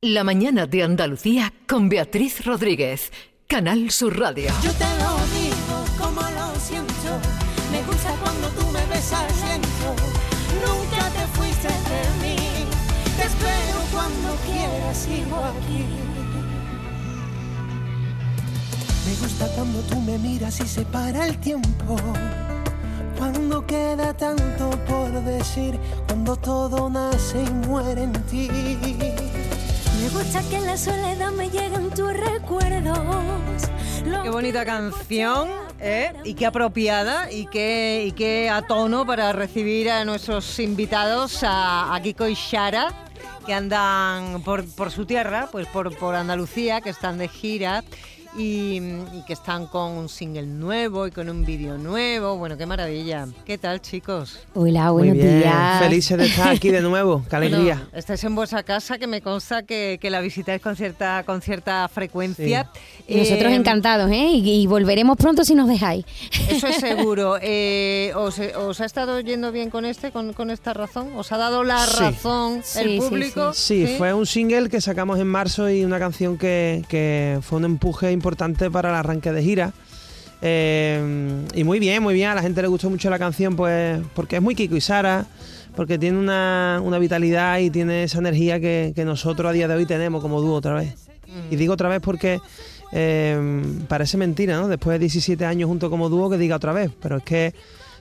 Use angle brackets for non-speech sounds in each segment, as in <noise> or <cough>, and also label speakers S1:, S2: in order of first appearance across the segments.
S1: La mañana de Andalucía con Beatriz Rodríguez, Canal Sur Radio.
S2: Yo te lo digo como lo siento, me gusta cuando tú me besas lento. Nunca te fuiste de mí, te espero cuando quieras, sigo aquí.
S3: Me gusta cuando tú me miras y se para el tiempo. Cuando queda tanto por decir, cuando todo nace y muere en ti.
S4: Me gusta que en la soledad me lleguen tus recuerdos.
S5: Qué bonita canción, ¿eh? Y qué apropiada y qué, y qué a tono para recibir a nuestros invitados, a, a Kiko y Shara, que andan por, por su tierra, pues por, por Andalucía, que están de gira. Y, y que están con un single nuevo y con un vídeo nuevo. Bueno, qué maravilla. ¿Qué tal, chicos?
S6: Hola,
S7: Muy
S6: buenos
S7: bien,
S6: días.
S7: felices de estar aquí de nuevo, qué
S5: Bueno,
S7: alegría.
S5: estáis en vuestra casa, que me consta que, que la visitáis con cierta, con cierta frecuencia.
S6: Y Nosotros
S5: Eh,
S6: encantados, ¿eh? Y, y volveremos pronto si nos dejáis.
S5: Eso es seguro. <laughs> Eh, ¿os, os ha estado yendo bien con este, con, con esta razón? ¿Os ha dado la
S7: Sí.
S5: razón
S6: Sí,
S5: el
S6: sí,
S5: público?
S7: Sí, fue un single que sacamos en marzo y una canción que, que fue un empuje importante para el arranque de gira. Eh, y muy bien, muy bien, a la gente le gustó mucho la canción pues porque es muy Kiko y Sara, porque tiene una, una vitalidad y tiene esa energía que, que nosotros a día de hoy tenemos como dúo otra vez. Y digo otra vez porque eh, parece mentira, ¿no? Después de 17 años junto como dúo que diga otra vez, pero es que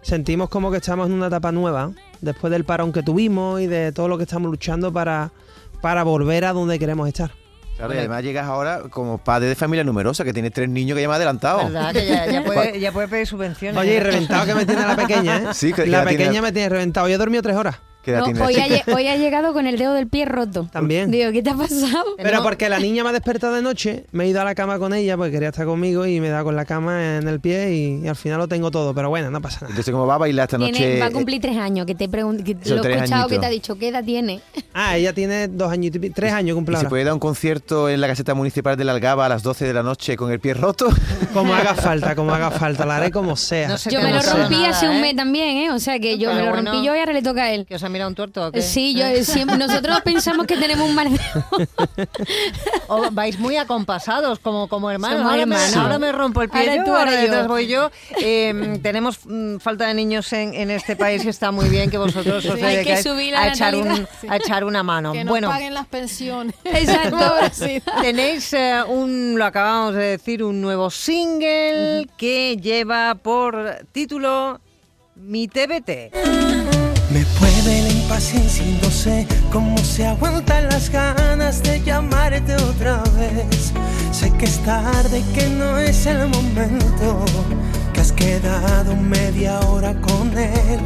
S7: sentimos como que estamos en una etapa nueva, ¿eh? después del parón que tuvimos y de todo lo que estamos luchando para, para volver a donde queremos estar.
S8: Claro, y además llegas ahora como padre de familia numerosa, que tienes tres niños que ya me
S6: oh.
S8: ha adelantado.
S5: ¿Verdad? Que ya, ya
S6: <laughs>
S5: puede, ya puede pedir subvenciones. ¿eh?
S7: Oye, y reventado que me tiene la pequeña, ¿eh?
S8: Sí, que- que
S7: la
S8: la tiene-
S7: pequeña me tiene reventado. Yo he dormido tres horas
S8: ¿Qué edad
S6: No,
S8: tiene este la
S6: hoy, ha,
S8: chica?
S6: lle- hoy ha llegado con el dedo del pie roto.
S7: también.
S6: Digo, ¿qué te ha pasado?
S7: Pero
S5: No.
S7: porque la niña me ha despertado de noche, me he ido a la cama con ella porque quería estar conmigo y me da con la cama en el pie y, y al final lo tengo todo. Pero bueno, no pasa nada.
S8: Entonces, ¿cómo va a bailar esta
S6: Tiene-
S8: noche? Eh,
S6: va a cumplir tres años, que te pregun- que
S8: Son
S6: lo he
S8: tres
S6: escuchado que te
S8: añitos.
S6: ha dicho, ¿qué edad tiene?
S7: Ah, ella tiene dos años y pi- tres años
S8: ¿Y
S7: cumple
S8: se
S7: ahora.
S8: puede dar un concierto en la caseta municipal de la Algaba a las 12 de la noche con el
S6: <laughs>
S8: pie roto?
S7: Como haga falta, como haga falta, la haré como sea.
S5: No sé
S6: Yo
S5: que
S6: me
S5: no
S6: lo
S5: sabe
S6: rompí
S5: nada,
S6: hace un
S5: ¿eh?
S6: mes también, ¿eh? O sea que yo
S5: Pero
S6: me lo
S5: bueno.
S6: rompí yo y ahora le toca a él.
S5: ¿Que os ha mirado un tuerto o qué?
S6: Sí, yo eh, siempre, nosotros pensamos que tenemos un mal dedo.
S5: <laughs> O vais muy acompasados como, como hermanos.
S6: Somos
S5: Ahora,
S6: hermanos.
S5: Me, ahora me rompo el pie
S6: Ahora
S5: yo,
S6: tú, ahora
S5: detrás
S6: yo.
S5: voy yo. Eh, <laughs> tenemos mm, falta de niños en, en este país y está muy bien que vosotros os
S6: Hay que
S5: dediquéis
S6: subir la
S5: a, echar
S6: natalidad.
S5: un- a echar una mano.
S2: Que
S6: <laughs>
S2: no
S5: bueno,
S2: paguen las pensiones.
S5: <laughs>
S6: Exacto.
S5: Tenéis eh, un, lo acabamos de decir, un nuevo single que lleva por título Mi TBT.
S3: Me puede la impaciencia y no sé cómo se aguantan las ganas de llamarte otra vez. Sé que es tarde y que no es el momento, que has quedado media hora con él.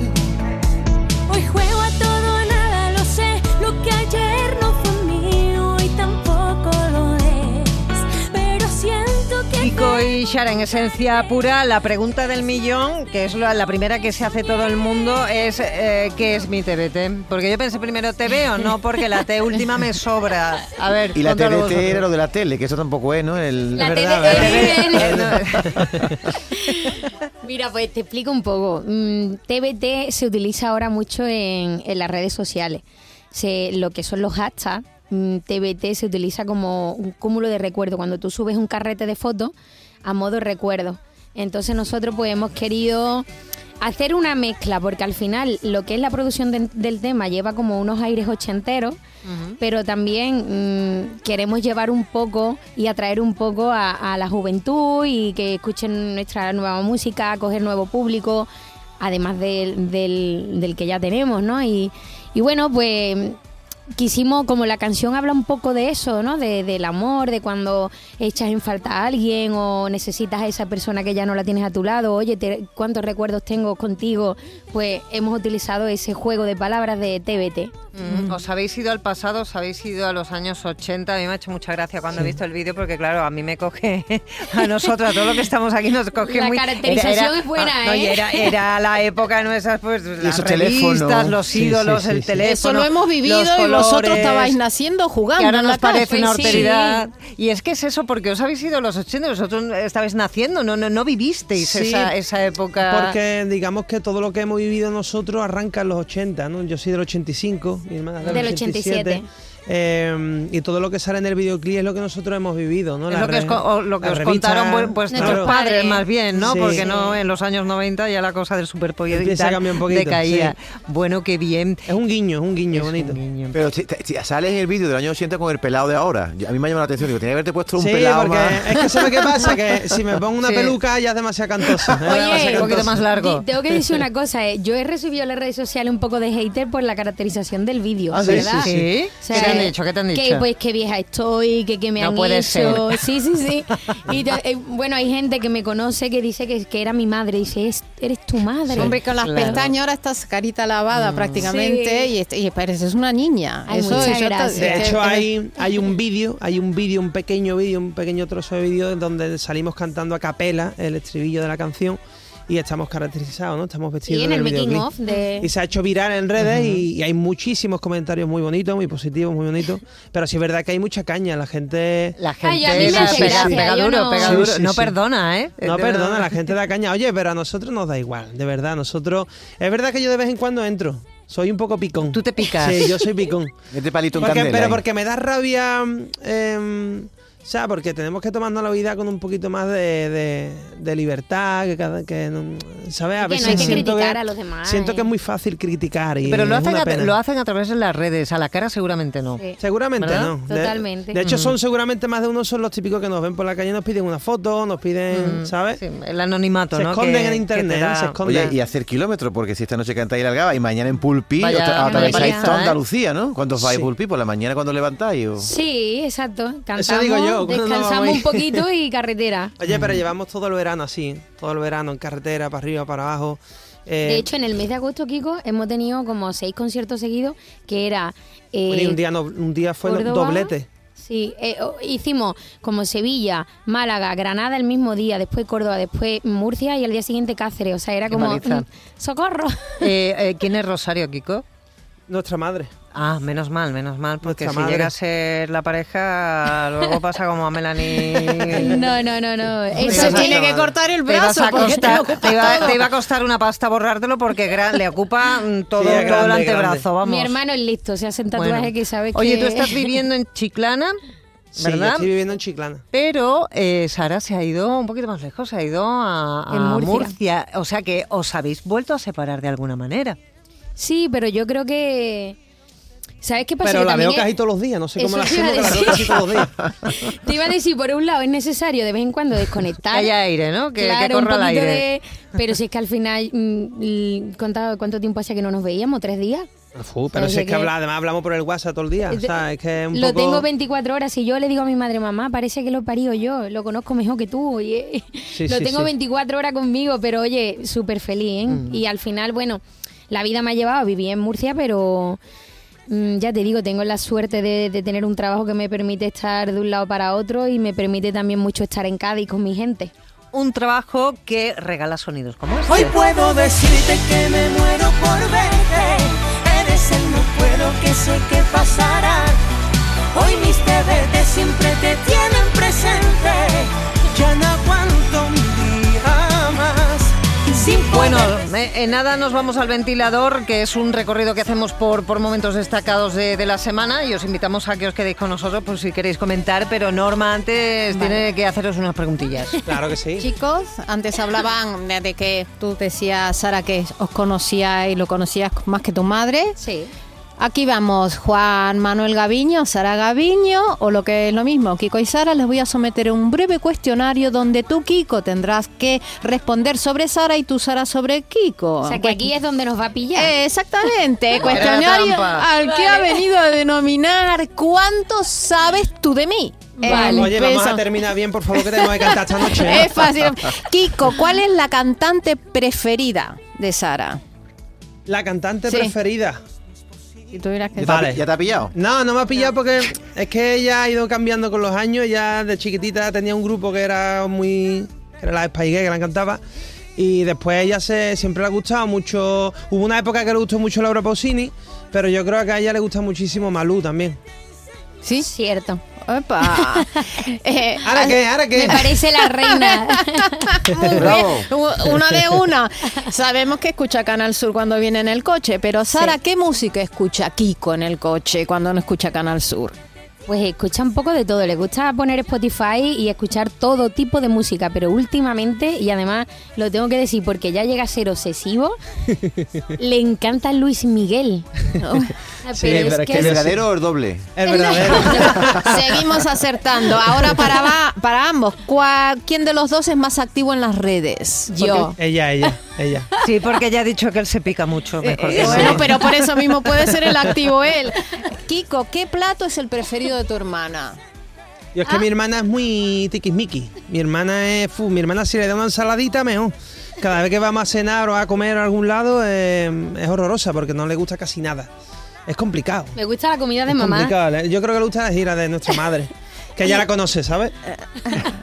S4: Hoy juego a todo o nada, lo sé. Lo que ayer no fue mío y tampoco lo es. Pero siento que.
S5: Kiko y Shara, en esencia pura, la pregunta del millón, que es la, la primera que se hace todo el mundo, es eh, ¿qué es mi TBT? Porque yo pensé primero TV o no, porque la T última me sobra. A ver,
S8: Y la
S5: contadlo
S8: TDT era
S5: vosotros.
S8: lo de la tele, que eso tampoco es, ¿no? El,
S6: La
S7: verdad,
S6: TBT.
S5: No.
S6: <laughs> Mira, pues te explico un poco. Mm, TBT se utiliza ahora mucho en, en las redes sociales. Se, lo que son los hashtags, mm, TBT se utiliza como un cúmulo de recuerdos. Cuando tú subes un carrete de fotos a modo recuerdo. Entonces nosotros pues hemos querido hacer una mezcla, porque al final lo que es la producción de- del tema lleva como unos aires ochenteros, pero también mm, queremos llevar un poco y atraer un poco a, a la juventud y que escuchen nuestra nueva música, coger nuevo público, además del, del- del que ya tenemos, ¿no? Y, y bueno, pues quisimos, como la canción habla un poco de eso, ¿no? De, del amor, de cuando echas en falta a alguien o necesitas a esa persona que ya no la tienes a tu lado, oye, te- ¿cuántos recuerdos tengo contigo? Pues hemos utilizado ese juego de palabras de TBT.
S5: Mm, Os habéis ido al pasado, os habéis ido a los años 80. A mí me ha hecho mucha gracia cuando he visto el vídeo, porque claro, a mí me coge, <laughs> a nosotros, a todos los que estamos aquí, nos coge
S6: La
S5: muy.
S6: caracterización es buena,
S5: no, y
S6: ¿eh?
S5: era, era la época nuestra, pues, las
S8: esos
S5: revistas,
S8: teléfonos.
S5: los
S7: Sí, sí,
S5: ídolos,
S7: sí,
S5: el
S7: sí.
S5: teléfono.
S2: Eso lo hemos vivido
S5: Eh, los
S2: y vosotros
S5: colores,
S2: estabais naciendo jugando.
S5: Que ahora
S2: en
S5: nos
S2: la calle.
S5: parece una
S2: Sí.
S5: austeridad. Y es que es eso, porque os habéis ido a los 80, vosotros estabais naciendo, no, no, no vivisteis
S7: Sí,
S5: esa, esa época.
S7: Porque digamos que todo lo que hemos vivido nosotros arranca en los 80, ¿no? Yo soy del 85, mi hermana es del,
S6: Del
S7: 87.
S6: 87.
S7: Eh, y todo lo que sale en el videoclip es lo que nosotros hemos vivido, ¿no?
S5: Es
S7: La
S5: lo que os,
S7: re-
S5: co- o lo que
S7: la
S5: os
S7: revista,
S5: contaron vu- vuestros
S6: Nuestros
S5: padres
S6: padres.
S5: más bien, ¿no?
S7: Sí.
S5: Porque no en los años 90 ya la cosa del superpoder y
S7: Empieza a
S5: tal
S7: cambiar un poquito,
S5: decaía. Bueno, qué bien.
S7: Es un guiño, es un guiño
S5: Es un
S7: bonito.
S5: niño.
S8: Pero si, te- si sales en el vídeo del año 80 con el pelado de ahora. Yo- A mí me ha llamado la atención. Digo, tenía que haberte puesto un
S7: sí,
S8: pelado
S7: porque
S8: más.
S7: es que ¿sabes qué pasa? Que si me pongo una
S5: Sí.
S7: peluca ya es demasiado cantosa. es demasiado
S5: un poquito
S7: cantosa.
S5: más largo.
S6: Di- Tengo que decir una cosa, eh, yo he recibido en las redes sociales un poco de hater por la caracterización del vídeo,
S7: Ah, sí,
S6: ¿verdad?
S7: sí,
S5: sí.
S6: O sea,
S5: ¿Qué te han dicho? ¿Qué te han
S6: que,
S5: dicho?
S6: pues que vieja estoy, que, que me
S5: No
S6: han
S5: puede
S6: hecho. Sí, sí, sí. Y ta- eh, bueno, hay gente que me conoce que dice que, que era mi madre. Y dice, "Es- eres tu madre.
S5: Sí.
S9: Hombre, con las
S5: Claro. Mm.
S9: pestañas ahora estás carita lavada prácticamente
S6: Sí.
S9: y, est- y pareces una niña.
S6: Ay,
S9: eso,
S6: muchas
S9: eso está-
S6: gracias.
S7: De
S9: es que-
S7: hecho,
S9: es-
S7: hay, hay un vídeo, hay un vídeo, un pequeño vídeo, un pequeño trozo de vídeo en donde salimos cantando a capela el estribillo de la canción y estamos caracterizados, ¿no? Estamos vestidos
S6: Y en
S7: del
S6: el making
S7: videoclip.
S6: of de...
S7: Y se ha hecho viral en redes y, y hay muchísimos comentarios muy bonitos, muy positivos, muy bonitos. Pero sí es verdad que hay mucha caña. La gente.
S5: La
S6: Ay, a mí
S5: gente
S6: me
S5: la
S6: hace
S5: pega,
S6: gracia,
S5: pega
S6: yo
S5: duro,
S6: no-
S5: pega
S7: Sí,
S5: duro.
S7: sí,
S5: no
S7: sí.
S5: perdona, ¿eh?
S7: No,
S5: De
S7: perdona,
S5: verdad.
S7: la gente da caña. Oye, pero a nosotros nos da igual, de verdad. Nosotros. Es verdad que yo de vez en cuando entro. Soy un poco picón.
S5: Tú te picas.
S7: Sí, yo
S5: <laughs>
S7: soy picón.
S8: Este palito en
S7: Porque-
S8: candela.
S7: pero
S8: ahí.
S7: porque me da rabia. eh, o sea, porque tenemos que tomarnos la vida con un poquito más de, de- de libertad. Que, cada- que no- ¿Sabes? A
S6: Que no hay
S7: veces
S6: que
S7: siento,
S6: criticar
S7: que,
S6: a los demás,
S7: siento que
S6: eh.
S7: es muy fácil criticar. Y
S5: Pero lo
S7: es
S5: hacen,
S7: una
S5: a,
S7: pena.
S5: lo hacen a través de las redes, a la cara seguramente no.
S6: Sí.
S7: Seguramente
S5: ¿Verdad?
S7: no. De-
S6: Totalmente.
S7: De, hecho, son seguramente más de uno son los típicos que nos ven por la calle y nos piden una foto, nos piden, ¿sabes?
S5: Sí, el anonimato,
S7: Se
S5: ¿no?
S7: esconden
S5: Que-
S7: en internet,
S5: que
S7: ¿eh?
S5: te da-
S7: se esconden.
S8: Oye, y hacer kilómetros, porque si esta noche cantáis la Algaba y mañana en Pulpí,
S5: Vaya-
S8: otra- atravesáis
S6: vaya
S8: toda
S5: paliza, ¿eh?
S8: Andalucía, ¿no? ¿Cuándo os vais
S7: Sí.
S8: a Pulpí? ¿Por la mañana cuando levantáis? o-
S6: Sí, exacto. Cantamos,
S7: digo yo, ¿cuándo nos vamos
S6: descansamos
S7: a ir?
S6: un poquito y carretera.
S7: Oye, pero llevamos todo el verano así, ¿eh? todo el verano en carretera, para arriba, para abajo. <laughs> eh,
S6: De hecho, en el mes de agosto, Kiko, hemos tenido como seis conciertos seguidos que era... eh,
S7: bueno, y un día, no- un día fue
S6: Córdoba.
S7: doblete.
S6: Sí, eh, o- hicimos como Sevilla, Málaga, Granada el mismo día, después Córdoba, después Murcia y al día siguiente Cáceres. O sea, era
S5: Qué
S6: como
S5: paliza.
S6: mm, socorro.
S5: <laughs> Eh, eh, ¿Quién es Rosario, Kiko?
S7: Nuestra madre.
S5: Ah, menos mal, menos mal, porque
S7: Nuestra
S5: si
S7: madre.
S5: llega a ser la pareja, <laughs> luego pasa como a Melanie.
S6: No, no, no, no. Eso
S9: Eso
S5: Te vas a-
S9: tiene que cortar el
S5: Te, ibas
S9: brazo
S5: a
S9: porque te
S5: costar-
S9: lo
S5: te iba, te iba a costar una pasta borrártelo porque gra- le ocupa mm, todo,
S7: Sí, es
S5: todo el
S7: grande,
S5: antebrazo, vamos.
S6: mi hermano es listo, se hacen tatuajes
S5: Bueno.
S6: que sabes que...
S5: Oye, tú estás viviendo en Chiclana,
S7: <laughs> Sí, yo
S5: ¿verdad?
S7: estoy viviendo en Chiclana.
S5: Pero eh, Sara se ha ido un poquito más lejos, se ha ido a, a
S6: En
S5: Murcia.
S6: Murcia.
S5: O sea que os habéis vuelto a separar de alguna manera.
S6: Sí, pero yo creo que... ¿Sabes qué pasa?
S7: Pero
S6: Que Pues
S7: la
S6: también
S7: veo casi
S6: es-
S7: todos los días, no sé
S6: Eso
S7: cómo la
S6: te iba
S7: hacemos,
S6: a
S7: pero la veo
S6: decir.
S7: casi todos los días.
S6: <laughs> Te iba a decir, por un lado, es necesario de vez en cuando
S5: Que <laughs>
S6: desconectar.
S5: haya aire, ¿no? Que, que
S6: claro, un
S5: corra el
S6: poquito
S5: aire.
S6: de... Pero si es que al final, mm, l- contaba cuánto tiempo hacía que no nos veíamos, tres días.
S7: <laughs> Fu, pero
S6: O sea,
S7: si es que,
S6: que-
S7: habla- además hablamos por el WhatsApp todo el día, o sea, es que es un
S6: lo
S7: poco...
S6: tengo 24 horas y yo le digo a mi madre, mamá, parece que lo parió yo, lo conozco mejor que tú. oye". <laughs>
S7: Sí,
S6: lo
S7: sí,
S6: tengo
S7: sí.
S6: 24 horas conmigo, pero oye, súper feliz. ¿eh? Y al final, bueno, la vida me ha llevado, viví en Murcia, pero mm, ya te digo, tengo la suerte de, de tener un trabajo que me permite estar de un lado para otro y me permite también mucho estar en Cádiz con mi gente.
S5: Un trabajo que regala sonidos como este.
S2: Hoy puedo decirte que me muero por verte. Eres el no puedo que sé que pasará. Hoy mis bebés siempre te tienen presente.
S3: Ya no aguanto un día más.
S2: Sin
S5: Bueno,
S2: poder
S5: eh, en nada nos vamos al ventilador, que es un recorrido que hacemos por, por momentos destacados de, de la semana y os invitamos a que os quedéis con nosotros por si queréis comentar, pero Norma antes tiene que haceros unas preguntillas.
S7: Claro que sí.
S9: Chicos, antes hablaban de de que tú decías, Sara, que os conocías y lo conocías más que tu madre.
S6: Sí.
S9: Aquí vamos, Juan Manuel Gaviño, Sara Gaviño, o lo que es lo mismo, Kiko y Sara, les voy a someter un breve cuestionario donde tú, Kiko, tendrás que responder sobre Sara y tú, Sara, sobre Kiko.
S6: O sea que aquí es donde nos va a pillar.
S9: Ah, pues, Eh, Exactamente,
S5: Era
S9: cuestionario
S5: trampa.
S9: al que ha venido a denominar ¿Cuánto sabes tú de mí?
S6: Vale.
S7: Oye, vamos
S9: peso.
S7: a terminar bien, por favor, que tenemos que cantar
S6: <laughs>
S7: esta noche. ¿eh?
S9: <laughs> Es fácil. Kiko, ¿cuál es la cantante preferida de Sara?
S7: La cantante
S9: Sí.
S7: preferida.
S9: Si tuvieras que
S7: Vale.
S8: ¿Ya te ha pillado?
S7: No, no me ha pillado porque es que ella ha ido cambiando con los años. Ella de chiquitita tenía un grupo que era muy. que era la Spice Girls, que la encantaba. Y después ella se, siempre le ha gustado mucho. Hubo una época que le gustó mucho Laura Pausini, pero yo creo que a ella le gusta muchísimo Malú también.
S9: Sí.
S6: Cierto.
S9: ¡Epa! Eh,
S7: ¿Ahora qué? ¿Ahora qué?
S6: Me parece la reina.
S9: Muy bien.
S8: Bravo.
S9: U- Uno de uno. Sabemos que escucha Canal Sur cuando viene en el coche, pero Sara, ¿qué música escucha Kiko en el coche cuando no escucha Canal Sur?
S6: Pues escucha un poco de todo, le gusta poner Spotify y escuchar todo tipo de música, pero últimamente, y además lo tengo que decir porque ya llega a ser
S7: <laughs>
S6: obsesivo, le encanta Luis Miguel.
S7: Sí, pero es que
S8: ¿El
S7: sí.
S8: verdadero o el doble?
S7: El
S9: <laughs>
S7: verdadero.
S9: Seguimos acertando. Ahora para, va- para ambos, ¿cuá- ¿quién de los dos es más activo en las redes? Yo.
S7: ella, ella, ella.
S5: Sí, porque ya ha dicho que él se pica mucho.
S6: Eh,
S5: Mejor que
S9: Eh, Bueno,
S5: sí.
S9: pero por eso mismo puede ser el activo él. Kiko, ¿qué plato es el preferido de tu hermana?
S7: Yo es que mi hermana es muy tiquismiqui. Mi hermana es. fu, mi hermana, si le da una ensaladita, mejor. Cada vez que vamos a cenar o a comer a algún lado, eh, es horrorosa porque no le gusta casi nada. Es complicado.
S6: Me gusta la comida de
S7: Es
S6: mamá.
S7: complicado. Le- Yo creo que le gusta la gira de nuestra madre. Que ella la conoce, ¿sabes?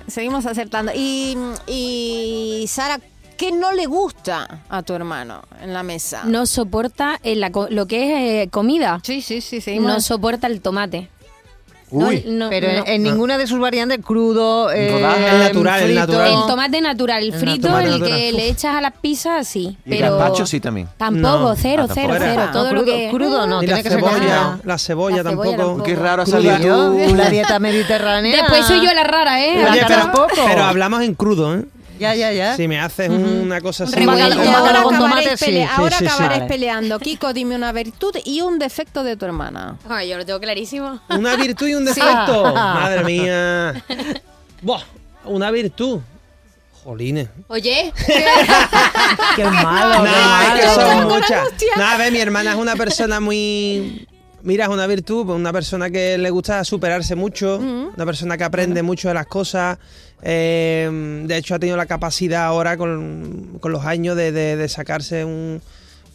S9: Seguimos acertando. Y, y Sara, ¿qué no le gusta a tu hermano en la mesa?
S6: No soporta eh, la co- lo que es eh, comida.
S9: Sí, sí, sí, seguimos.
S6: No soporta el tomate. No,
S8: Uy.
S6: no,
S5: Pero
S6: no.
S5: en, en ninguna de sus variantes, crudo, eh,
S8: Rodajas.
S7: El natural, el
S5: frito.
S7: natural.
S6: El tomate natural, el
S7: El
S6: frito,
S7: tomate
S6: el
S7: natural.
S6: que le echas a las pizzas, sí.
S8: Y el
S6: pero
S8: gazpacho sí también.
S6: Tampoco,
S7: No.
S6: cero,
S8: Ah,
S6: cero,
S8: tampoco.
S6: cero.
S9: Ah,
S6: Todo
S5: crudo,
S6: lo que...
S5: crudo no,
S7: Ni
S5: tiene
S7: la
S5: que ser
S7: cebolla,
S5: cocido.
S7: la cebolla
S6: La cebolla
S7: tampoco.
S6: tampoco.
S8: Qué raro ha
S7: Cruda.
S8: salido.
S5: Yo, la <laughs>
S8: <laughs>
S5: dieta mediterránea.
S6: Después soy yo la rara, ¿eh?
S5: La
S7: Oye,
S5: cara
S7: pero,
S5: tampoco.
S7: pero hablamos en crudo, ¿eh?
S5: Ya, ya, ya.
S7: Si me haces una cosa así.
S5: revolcón,
S9: Bueno,
S5: un
S9: y ahora
S5: bacalao con
S9: acabaréis,
S5: tomate, sí,
S9: pele-
S7: sí,
S9: ahora
S7: sí, sí.
S9: acabaréis
S7: Vale.
S9: peleando. Kiko, dime una virtud y un defecto de tu hermana.
S6: Ay, yo lo tengo clarísimo.
S7: Una virtud y un defecto. Madre mía. Buah, una virtud. Jolines.
S6: Oye,
S5: Qué malo,
S7: No,
S5: qué
S7: es que
S5: malo.
S7: son muchas. No, a ver, mi hermana es una persona muy. Mira, es una virtud, pues, una persona que le gusta superarse mucho, una persona que aprende mucho de las cosas. eh, de hecho, ha tenido la capacidad ahora con, con los años de, de- de sacarse un,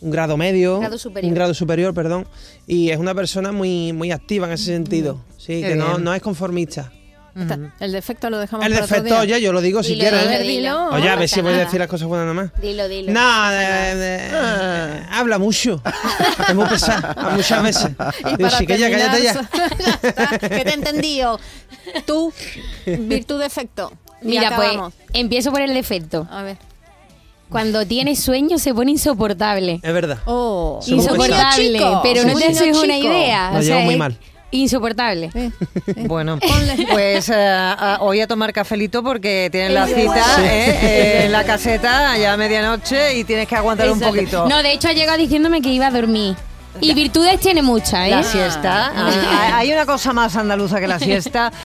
S7: un grado medio.
S6: Grado superior.
S7: Un grado superior, perdón. Y es una persona muy, muy activa en ese sentido. Sí,
S5: Qué
S7: que no,
S5: bien.
S7: no es conformista.
S9: Está- El defecto lo dejamos
S7: Mm. El
S9: para otro
S7: defecto,
S9: día.
S7: oye, yo lo digo si
S6: Dilo,
S7: quieres.
S6: dilo,
S7: ¿eh?
S6: dilo.
S7: Oye, a
S6: No
S7: ver si
S6: pasa
S7: voy a
S6: nada.
S7: decir las cosas buenas nada
S6: <laughs>
S7: más.
S6: dilo, dilo.
S7: No, de- de- eh,
S9: Ah.
S7: habla mucho. Es muy pesado, a muchas veces.
S9: <laughs>
S7: <laughs>
S9: Y
S7: Digo,
S9: para
S7: chiquilla,
S9: terminar, <laughs>
S7: cállate ya. <laughs>
S9: ya está, que te he entendido. Tú, virtud, defecto. Y
S6: Mira, pues
S9: acabamos.
S6: empiezo por el defecto.
S9: A ver.
S6: Cuando tiene sueño se pone insoportable.
S7: Es verdad.
S9: Oh,
S7: Somos
S6: Insoportable,
S9: Niño chico.
S6: pero no
S9: Somos
S6: te
S9: niños
S6: haces una
S9: chicos.
S6: idea.
S7: Nos
S6: o sea,
S7: llevamos muy
S6: es
S7: mal.
S6: Insoportable.
S5: Bueno, pues eh, a- hoy a tomar cafelito porque tienen la cita eh, eh, en la caseta ya a medianoche y tienes que aguantar un
S6: Exacto.
S5: poquito.
S6: No, de hecho ha llegado diciéndome que iba a dormir. Y virtudes tiene muchas, ¿eh?
S5: Ah, La siesta. Ah, hay una cosa más andaluza que la siesta.